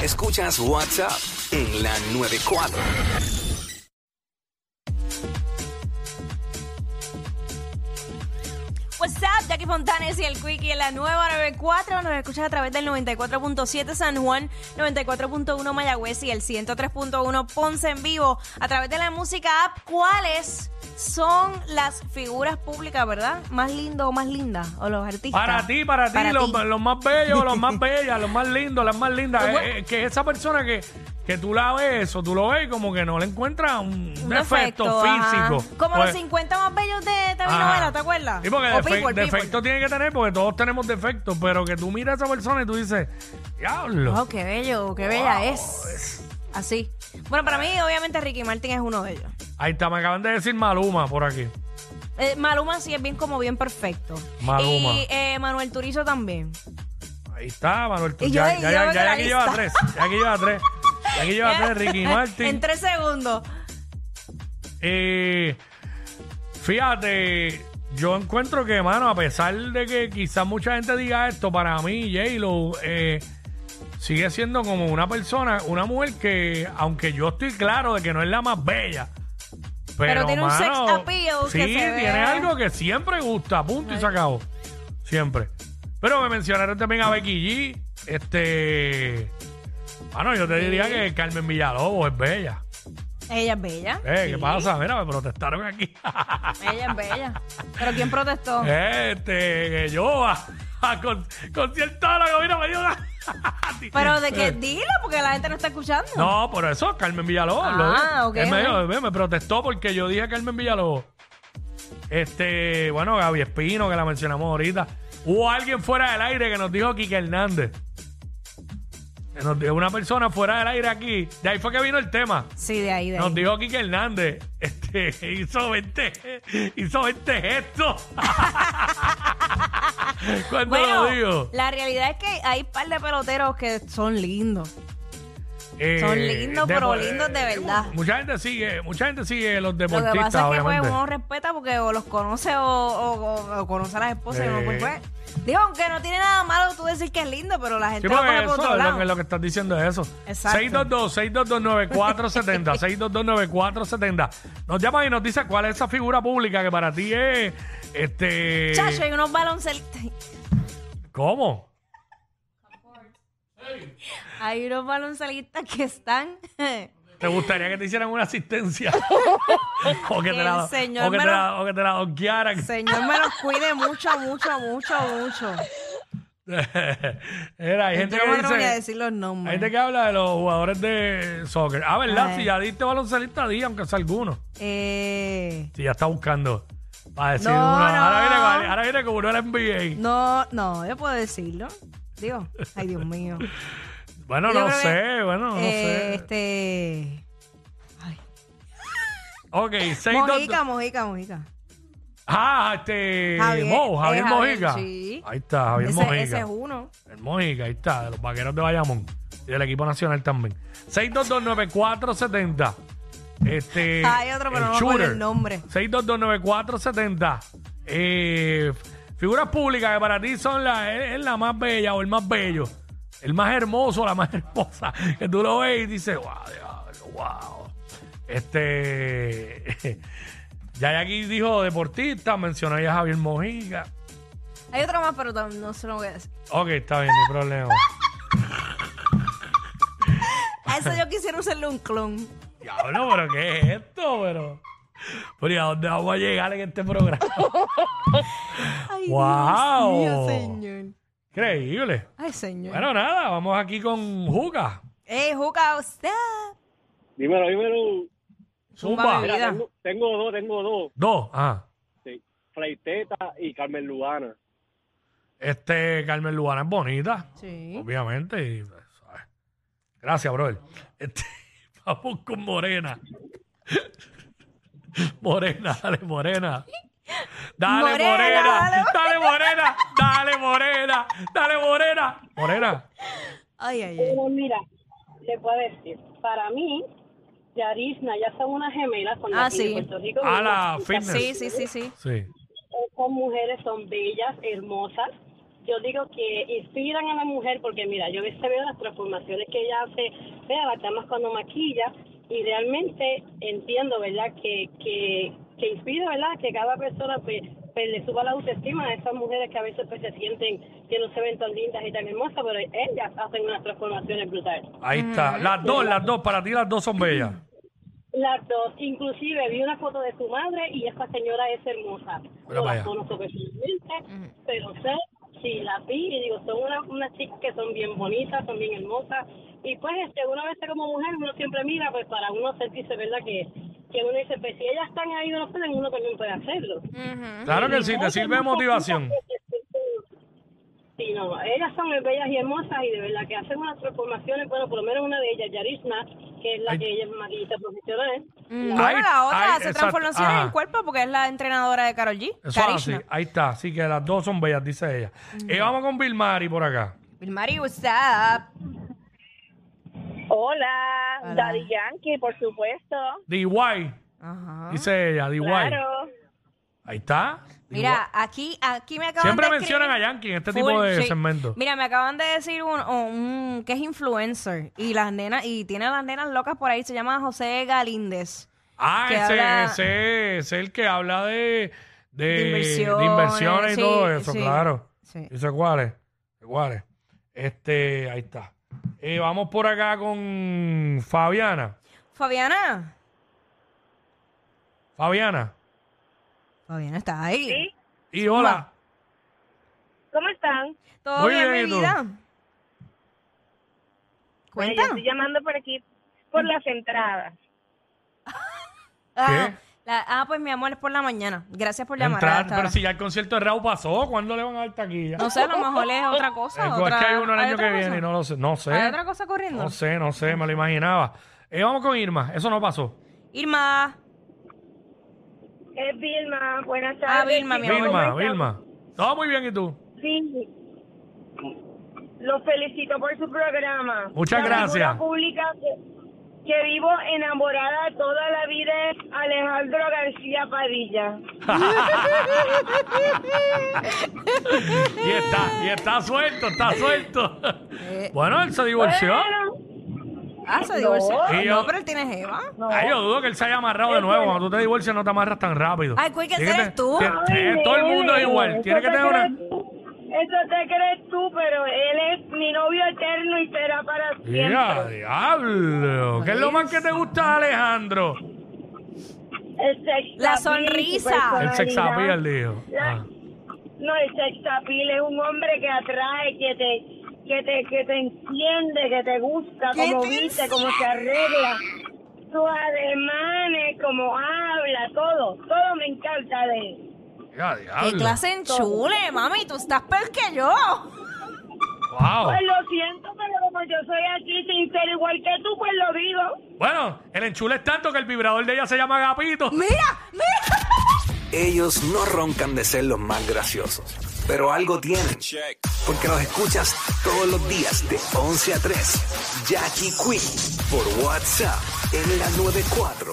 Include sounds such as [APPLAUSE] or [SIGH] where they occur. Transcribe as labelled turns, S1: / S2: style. S1: Escuchas WhatsApp en la 94.
S2: What's up, Jackie Fontanes y el Quickie en la nueva 94. Nos escuchas a través del 94.7 San Juan, 94.1 Mayagüez y el 103.1 Ponce en vivo. A través de la música app, ¿cuáles son las figuras públicas, verdad? Más lindo o más lindas, o los artistas.
S3: Para ti, para ti, los, los más bellos,
S2: [LAUGHS]
S3: los más bellas, los más lindos, las más lindas.
S2: Bueno.
S3: Eh, eh, que esa persona que, que tú la ves o tú lo ves y como que no le encuentra un,
S2: Un
S3: defecto,
S2: defecto, ajá.
S3: físico.
S2: Como
S3: Pues,
S2: los 50 más bellos de TV
S3: ajá.
S2: novela, ¿te acuerdas?
S3: Sí, porque
S2: O
S3: defe-
S2: People, People.
S3: defecto tiene que tener porque todos tenemos defectos, pero que tú miras a esa persona y tú dices, diablo.
S2: Wow, Oh, qué bello, qué bella es. Así. Bueno, para mí, obviamente, Ricky Martin es uno de ellos.
S3: Ahí está, me acaban de decir Maluma por aquí.
S2: Eh, Maluma sí es bien como bien perfecto.
S3: Maluma.
S2: Y eh, Manuel Turizo también.
S3: Ahí está, Manuel. tú-
S2: Y
S3: ya,
S2: yo-
S3: ya,
S2: y yo
S3: ya,
S2: me
S3: ya
S2: la
S3: aquí lleva
S2: lista.
S3: tres. Ya aquí lleva tres. Ya
S2: [LAUGHS]
S3: aquí lleva tres, Ricky Martin.
S2: Eh, en tres segundos.
S3: Eh, fíjate, yo encuentro que, mano, a pesar de que quizás mucha gente diga esto, para mí, J-Lo eh, sigue siendo como una persona, una mujer que, aunque yo estoy claro de que no es la más bella. Pero,
S2: Pero tiene un
S3: mano,
S2: sex appeal que
S3: Sí,
S2: se
S3: tiene
S2: ve.
S3: algo que siempre gusta, punto y se acabó. Siempre. Pero me mencionaron también a Becky G. Este. Bueno, yo te diría que Carmen Villalobos es bella.
S2: Ella es bella.
S3: Eh, ¿Qué
S2: Sí,
S3: pasa? Mira, me protestaron aquí.
S2: Ella es bella. Pero ¿quién protestó?
S3: [LAUGHS] este, que yo a, a con, conciertólogo, mira, me dio una...
S2: [LAUGHS] Pero de qué dilo, porque la gente no está escuchando.
S3: eh, No, por eso, Carmen Villalobos.
S2: Ah,
S3: lo-
S2: ok,
S3: él me, dijo,
S2: ok.
S3: ve, me protestó porque yo dije a Carmen Villalobos. Este, bueno, Gaby Espino, que la mencionamos ahorita. Hubo alguien fuera del aire que nos dijo Quique Hernández. Que nos dijo una persona fuera del aire aquí. De ahí fue que vino el tema.
S2: Sí, de ahí, de ahí.
S3: Nos dijo Quique Hernández, este, [LAUGHS] hizo 20, hizo 20 gestos. [LAUGHS] Cuando
S2: bueno,
S3: lo digo.
S2: la realidad es que hay un par de peloteros que son lindos.
S3: Eh,
S2: son lindos,
S3: de- eh, uh,
S2: pero lindos de verdad.
S3: Mucha gente sigue, mucha gente sigue los
S2: Lo
S3: deportistas,
S2: que pasa es que pues,
S3: Este obviamente.
S2: uno respeta porque o los conoce o, o- o- o conoce a las esposas. y uno, pues,
S3: Eh.
S2: pues, digo, aunque no tiene nada malo tú decir que es lindo, pero la gente
S3: Sí,
S2: lo
S3: porque
S2: pone por
S3: eso,
S2: otro
S3: lo,
S2: lado.
S3: que, lo que estás diciendo es eso.
S2: Exacto. [LAUGHS]
S3: 622-622-9470. 622-9470. Nos llaman y nos dice cuál es esa figura pública que para ti es. Este.
S2: Chacho, hay unos baloncelistas.
S3: ¿Cómo?
S2: [LAUGHS] Hay unos baloncelistas que están. [LAUGHS]
S3: ¿Te gustaría que te hicieran una asistencia? o, que te
S2: El
S3: la,
S2: señor
S3: o, que
S2: me
S3: te
S2: lo-
S3: la, o que te la donkearan.
S2: Señor, me los cuide mucho, mucho, mucho, mucho.
S3: [LAUGHS] Era, hay gente
S2: Yo no
S3: que
S2: me atrevo ni a
S3: dice...
S2: decir los
S3: Hay
S2: nombres.
S3: gente que habla de los jugadores de soccer. Ah, ¿verdad?
S2: Ay.
S3: Si ya diste baloncelista, di, aunque sea alguno.
S2: Eh,
S3: Si ya está buscando. Para decir
S2: No,
S3: uno. Ahora,
S2: no.
S3: viene, con- ahora viene como uno de la NBA.
S2: no, no, yo puedo decirlo. Digo, ay, Dios mío.
S3: Bueno,
S2: Yo
S3: no
S2: creo que,
S3: sé. bueno, no
S2: Eh,
S3: sé.
S2: Este. Ay.
S3: Ok, 6
S2: Mojica, mojica, mojica.
S3: Ah, este...
S2: Javier,
S3: Mo,
S2: es
S3: Javier
S2: Javier,
S3: Mojica.
S2: sí.
S3: Ahí está, Javier Mojica.
S2: Ese, ese es uno.
S3: El Mojica, ahí está, de los vaqueros de Bayamón y del equipo nacional también. 6229470. Este.
S2: Ah, Hay otro, pero no me acuerdo el nombre.
S3: 6229470. Eh, figuras públicas que para ti son la, es, es la más bella o el más bello. El más hermoso, la más [LAUGHS] hermosa. Que tú lo ves y dices, wow, diablo, wow. Este. [LAUGHS] Ya aquí dijo deportista, mencionó ya a Javier Mojica.
S2: Hay otro más, pero tam- no se lo voy a decir.
S3: Ok, está bien, no hay problema.
S2: A eso yo quisiera usarle un clon.
S3: Diablo, pero ¿qué es esto? Pero, pero ¿y a dónde vamos a llegar en este programa?
S2: Ay, Dios
S3: Wow.
S2: mío, señor.
S3: Increíble.
S2: Ay, señor.
S3: Bueno, nada, vamos aquí con Juca.
S2: Ey, Juca, usted.
S4: Dímelo, dímelo.
S2: Zumba,
S3: Zumba.
S2: mi vida.
S4: Tengo, tengo dos, tengo dos.
S3: Dos, ah. ajá.
S4: Sí. Freiteta y Carmen Lugana.
S3: Este, Carmen Lugana es bonita,
S2: Sí.
S3: obviamente. y, pues, ¿sabes? Gracias, brother. Este, [LAUGHS] vamos con Morena. Morena, dale, Morena. Dale,
S2: Morena,
S3: Morena.
S2: dale,
S3: Dale, Morena. Dale, Morena. Dale, Morena. Morena.
S2: Ay, ay, ay.
S5: Pues mira, te puedo decir, para mí, Yarisna ya son unas gemelas con
S2: Ah,
S5: las que
S2: sí.
S5: de Puerto Rico.
S3: A la
S5: Estas
S3: fitness.
S2: Sí, sí, sí, sí.
S3: Sí.
S5: mujeres son bellas, hermosas, yo digo que inspiran a la mujer porque mira, yo a veces veo las transformaciones que ella hace, vea las damas cuando maquilla y realmente entiendo, ¿verdad? Que, que, que inspira, ¿verdad? Que cada persona pues, pues, le suba la autoestima a esas mujeres que a veces pues, se sienten que no se ven tan lindas y tan hermosas, pero ellas hacen unas transformaciones brutales.
S3: Ahí está. Las dos, las dos. Para ti las dos son bellas.
S5: Las dos, inclusive vi una foto de su madre y esta señora es hermosa.
S3: Mira
S5: no
S3: para
S5: la
S3: allá.
S5: conozco personalmente, pero sé, sí la vi y digo, son una- unas chicas que son bien bonitas, son bien hermosas. Y pues este, una vez como mujer uno siempre mira, pues para uno sentirse, ¿verdad? Que, que uno dice, pues si ellas están ahí, no pueden, uno también puede hacerlo.
S3: Claro que sí, te sirve de motivación.
S5: Sí, no, ellas son bellas y hermosas y de verdad que hacen unas transformaciones, bueno, por lo menos una de ellas, Yarisna, que es la
S3: Ay.
S5: que ella es maquillista profesional.
S2: Mm,
S3: Ahí-
S2: Bueno, la
S3: ahí,
S2: otra hace
S3: exacto,
S2: transformaciones
S3: ajá.
S2: en el cuerpo porque es la entrenadora de Carol G.
S3: Eso ah, es así.
S2: Karishna.
S3: Ahí está. Así que las dos son bellas, dice ella. Y vamos con Vilmari por acá.
S2: Mari, what's up?
S6: Hola,
S2: Hola.
S6: Daddy Yankee, por supuesto.
S3: DY,
S2: Ajá.
S3: dice ella. DY.
S6: Claro.
S3: Ahí está.
S2: Mira, aquí, aquí me acaban
S3: Siempre
S2: de
S3: mencionan
S2: escribir-
S3: a Yankee en este
S2: Full,
S3: tipo de
S2: sí.
S3: segmentos.
S2: Mira, me acaban de decir un, oh, un- que es influencer y las nenas y tiene a las nenas locas por ahí. Se llama José Galíndez.
S3: Ah,
S2: que
S3: ese,
S2: habla-
S3: ese es el que habla de, de,
S2: De inversiones,
S3: de inversiones y
S2: sí,
S3: todo eso,
S2: sí,
S3: claro.
S2: sí.
S3: Dice cuáles. Cuáles. Este, ahí está. Eh, vamos por acá con Fabiana.
S2: Fabiana.
S3: Fabiana.
S2: Fabiana está ahí.
S6: ¿Sí?
S3: Y hola.
S6: ¿Cómo están?
S2: Todo
S3: Muy
S2: bien,
S3: bien, ¿y
S2: mi
S3: tú?
S2: vida.
S6: Bueno,
S2: Cuenta.
S6: yo estoy llamando por aquí por las entradas.
S2: Ah, la- ah, pues mi amor, es por la mañana. Gracias por llamar. a
S3: Entrar,
S2: esta
S3: pero
S2: hora.
S3: si ya el concierto de Raúl pasó, ¿cuándo le van a dar taquilla?
S2: No sé, a lo mejor es otra cosa.
S3: Eh,
S2: otra,
S3: es que hay uno el año
S2: otra
S3: que viene
S2: cosa?
S3: y no lo sé. No sé.
S2: ¿Hay otra cosa corriendo?
S3: No sé, no sé, me lo imaginaba. Eh, vamos con Irma. Eso no pasó.
S2: Irma.
S6: Es Vilma, buenas tardes.
S2: Ah, Vilma, mi amor.
S3: Vilma,
S6: ¿Cómo están?
S3: Vilma. Todo muy bien, ¿y tú?
S6: Sí. Los felicito por su programa.
S3: Muchas
S6: La
S3: gracias.
S6: figura pública que, que vivo enamorada toda la vida es Alejandro García Padilla.
S3: Y está, y está suelto, está suelto.
S2: Eh,
S3: bueno, él se divorció.
S2: Ah, se divorció.
S3: Y yo-
S2: No, pero él tiene jeva.
S3: Ay, yo dudo que él se haya amarrado de nuevo. Cuando tú te divorcias, no te amarras tan rápido.
S2: Ay, Quick, ese
S3: Tiene que
S2: eres
S3: te-
S2: tú.
S3: tiene- eh, todo el mundo es
S6: nene,
S3: igual. Tiene que
S6: eso
S3: tener una.
S6: crees tú, Eso te crees tú, pero él es mi novio eterno y será para siempre.
S3: Ya, diablo. ¿Qué es lo más que te gusta, de Alejandro?
S6: El sex
S2: La
S6: appeal, su
S2: sonrisa.
S3: El
S6: personalidad.
S3: sex appeal, dijo.
S6: La-
S3: Ah.
S6: No, el sex appeal es un hombre que atrae, que te que te que te enciende, que te gusta,
S2: Que
S6: cómo
S2: te
S6: viste, cómo se arregla, sus ademanes, cómo habla, todo, todo me encanta de él.
S3: Ya,
S2: ¡Qué
S3: diablo.
S2: clase en chule, mami! Tú estás peor que yo.
S3: Wow.
S6: Pues lo siento, pero como yo soy aquí sincero igual que tú, pues lo digo.
S3: Bueno, el enchule es tanto que el vibrador de ella se llama Gapito.
S2: ¡Mira! ¡Mira!
S1: Ellos no roncan de ser los más graciosos, pero algo tienen. Porque los escuchas todos los días de 11 a 3. Jackie Quinn por WhatsApp en la 94.